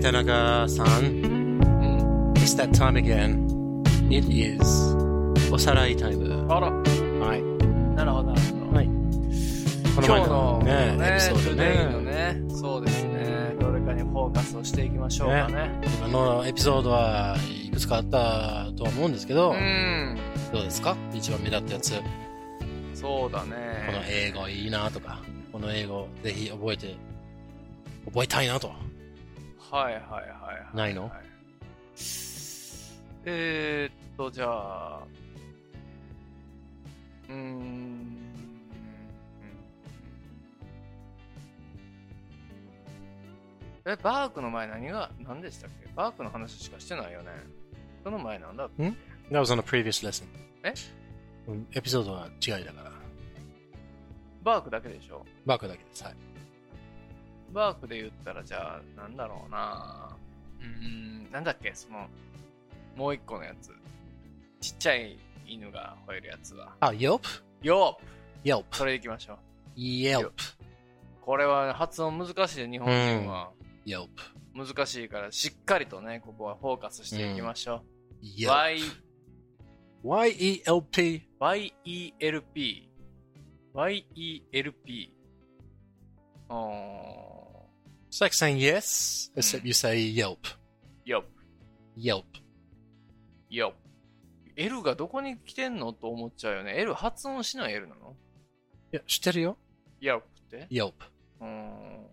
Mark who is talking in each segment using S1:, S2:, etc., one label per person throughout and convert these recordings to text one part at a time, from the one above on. S1: Tanaka-san.
S2: うん。
S1: It's that time again. It is おさらいタイム。
S2: あら、
S1: はい。
S2: なるほど、なるほど。
S1: はいこの
S2: 今
S1: 前
S2: 日の
S1: のね、エピソード
S2: トゥデイの
S1: ね。
S2: ね、そうですね。どれかにフォーカスをしていきましょうかね。
S1: あのエピソードはいくつかあったとは思うんですけど、どうですか一番目立ったやつ。こ
S2: うん。そうだ
S1: の
S2: ね。
S1: 英語いいなとか、この英語ぜひ覚えて、覚えたいなと。
S2: はいはいはいはい。
S1: ないの
S2: はいえーっと、じゃあ、うーん。え、バークの前何が、何でしたっけバークの話しかしてないよね。その前なんだ
S1: That was on a previous lesson.
S2: え
S1: うんエピソードは違いだから。
S2: バークだけでしょ
S1: バークだけです。はい。
S2: バークで言ったらじゃあなんだろうなうーんなんだっけそのもう一個のやつちっちゃい犬が吠えるやつは
S1: あ、Yelp?
S2: よー
S1: Yelp.
S2: プそれでいきましょう
S1: Yelp.
S2: これは発音難しいよ日本人は、
S1: Yelp.
S2: 難しいからしっかりとねここはフォーカスしていきましょう、
S1: Yelp. Y-E-L-P.
S2: Y YELP YELP うー
S1: It's like saying yes, except you say Yelp.
S2: よ
S1: Yelp.
S2: よ L がどこに来てんのと思っちゃうよね L 発音しない L なの
S1: いや、知ってるよ。
S2: よって。
S1: Yelp.
S2: うーん。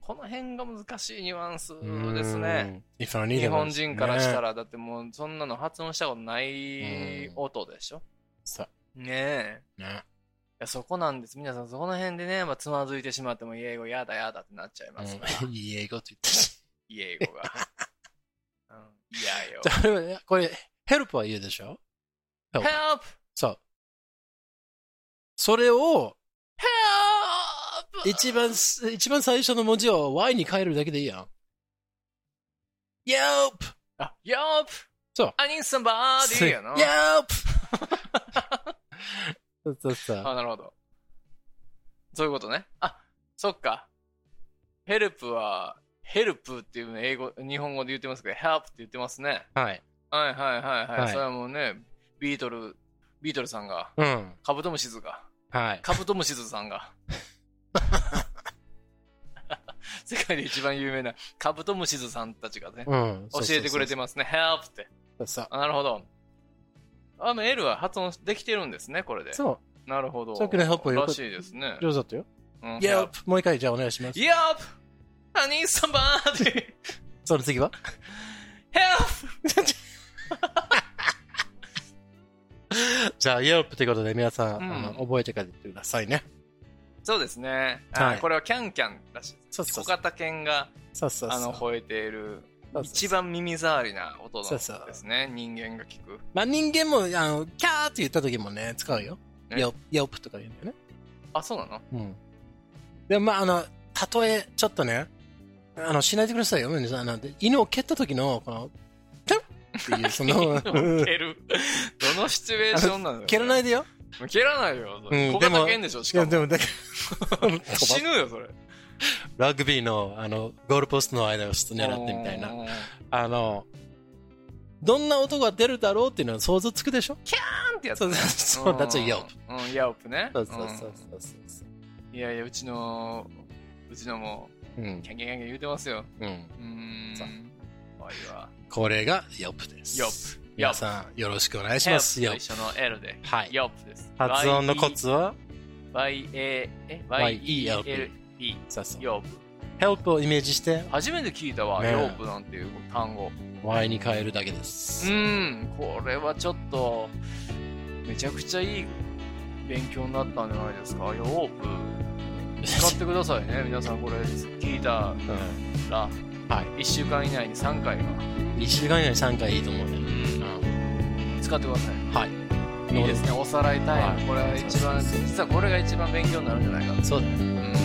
S2: この辺が難しいニュアンスですね。
S1: うん。If only
S2: 日
S1: there was-
S2: 本人からした
S1: ね。
S2: ら、だってもうそんなの発音したことない
S1: うん
S2: 音でしょ。
S1: さ、
S2: ねえ。
S1: ね。
S2: いやそこなんです。皆さん、そこの辺でね、まあ、つまずいてしまっても、英語やだやだってなっちゃいますから。
S1: うん いい英語って言ってし
S2: 英語 が。うん、いやよ。
S1: まうでもねこれ、help は言うでしょ
S2: Help!
S1: help. そう。それを、
S2: Help!
S1: 一番す、一番最初の文字を Y に変えるだけでいいやん。Yelp!
S2: あ、Yelp!
S1: そう。
S2: I need somebody! やな。
S1: Yelp! そうそうそう。
S2: あ、なるほど。そういうことね。あ、そっか。ヘルプは、ヘルプっていうの英語、日本語で言ってますけど、help って言ってますね。
S1: はい。
S2: はいはいはいはい。
S1: はい
S2: それはもうね、ビートル、ビートルさんが、
S1: うん。
S2: カブトムシズが、
S1: はい。
S2: カブトムシズさん が。世界で一番有名なカブトムシズさんたちがね、
S1: うん。
S2: 教えてくれてますね。help って。
S1: ます。そう
S2: あなるほど。あの L は発音できてるんですね、これで。
S1: そう。
S2: なるほど。
S1: さっきの help はよ
S2: ら
S1: かっ
S2: しいですね。
S1: 上手だったよ。
S2: うん
S1: Yelp! もう一回じゃあお願いします。
S2: Yep! I need somebody!
S1: その次は
S2: Help!
S1: じゃあ Yelp ということで皆さん、あの
S2: うん
S1: 覚えて帰ってくださいね。
S2: そうですね。
S1: はい
S2: あこれはキャンキャンらしいで
S1: そう
S2: す。
S1: そ
S2: 小
S1: うそう。
S2: 型犬が
S1: そうそう
S2: あ
S1: そ
S2: の
S1: う。
S2: 吠えている
S1: そうそうそう
S2: 一番耳障りな音の
S1: そうそう
S2: ですね。人間が聞く。
S1: まあ人間も、あの、キャーって言った時もね、使うよ。
S2: ね
S1: Yelp, Yelp とか言うんだよね。
S2: あ、そうなの
S1: うん。でもまあ、あの、たとえ、ちょっとね、あの、しないでくださいよ、皆さん。あので犬を蹴った時の、この、キャンっていう、その、
S2: 蹴る。どのシチュエーションなの。
S1: 蹴らないいでよ。
S2: 蹴らないよ。それ
S1: うん
S2: 小
S1: でも
S2: 型犬でしょ、し
S1: い
S2: か
S1: や、
S2: も。
S1: でも、だか
S2: 死ぬよ、それ。
S1: ラグビーの、あの、ゴールポストの間をちょっと狙ってみたいな。
S2: うん。
S1: あの、どんな音が出るだろうっていうのは想像つくでしょ
S2: パンってやつ
S1: そ。うそう、that's a yelp.
S2: うん。うん、Yelp ね。
S1: そうそうそう
S2: う
S1: そうそ
S2: ん。いやいや、うちの、うちのも、
S1: う。うん
S2: キ。ャンキャンキャンキャン言うてますよ。
S1: うん。
S2: うーん。
S1: そう
S2: 怖いわ。
S1: これが yelp です。
S2: Yelp
S1: 皆さん、よろしくお願いします。
S2: Help と
S1: yelp。
S2: 一緒の L で。
S1: はい。
S2: Yelp です。
S1: 発音のコツは、
S2: Y-E- Y-A え
S1: Y-E-L-P
S2: Y-E-L-P。
S1: そうそう。
S2: Yelp。
S1: help をイメージして、
S2: 初めて聞いたわ、
S1: ねえ
S2: Yelp なんていう単語。
S1: Y に変えるだけで
S2: う
S1: す。
S2: ーん、これはちょっと、めちゃくちゃいい勉強になったんじゃないですか。Yelp。使ってくださいね、皆さんこれ聞いた
S1: う
S2: ら、
S1: は
S2: 1週間以内に3回は
S1: ん。1週間以内に3回いいと思うね。うん。
S2: 使ってください。
S1: はい。
S2: いいですね、おさらいタイム。
S1: はい
S2: これは一番、
S1: そうそうそう
S2: 実はこれが一番勉強になるんじゃないかな。
S1: そうだ
S2: うん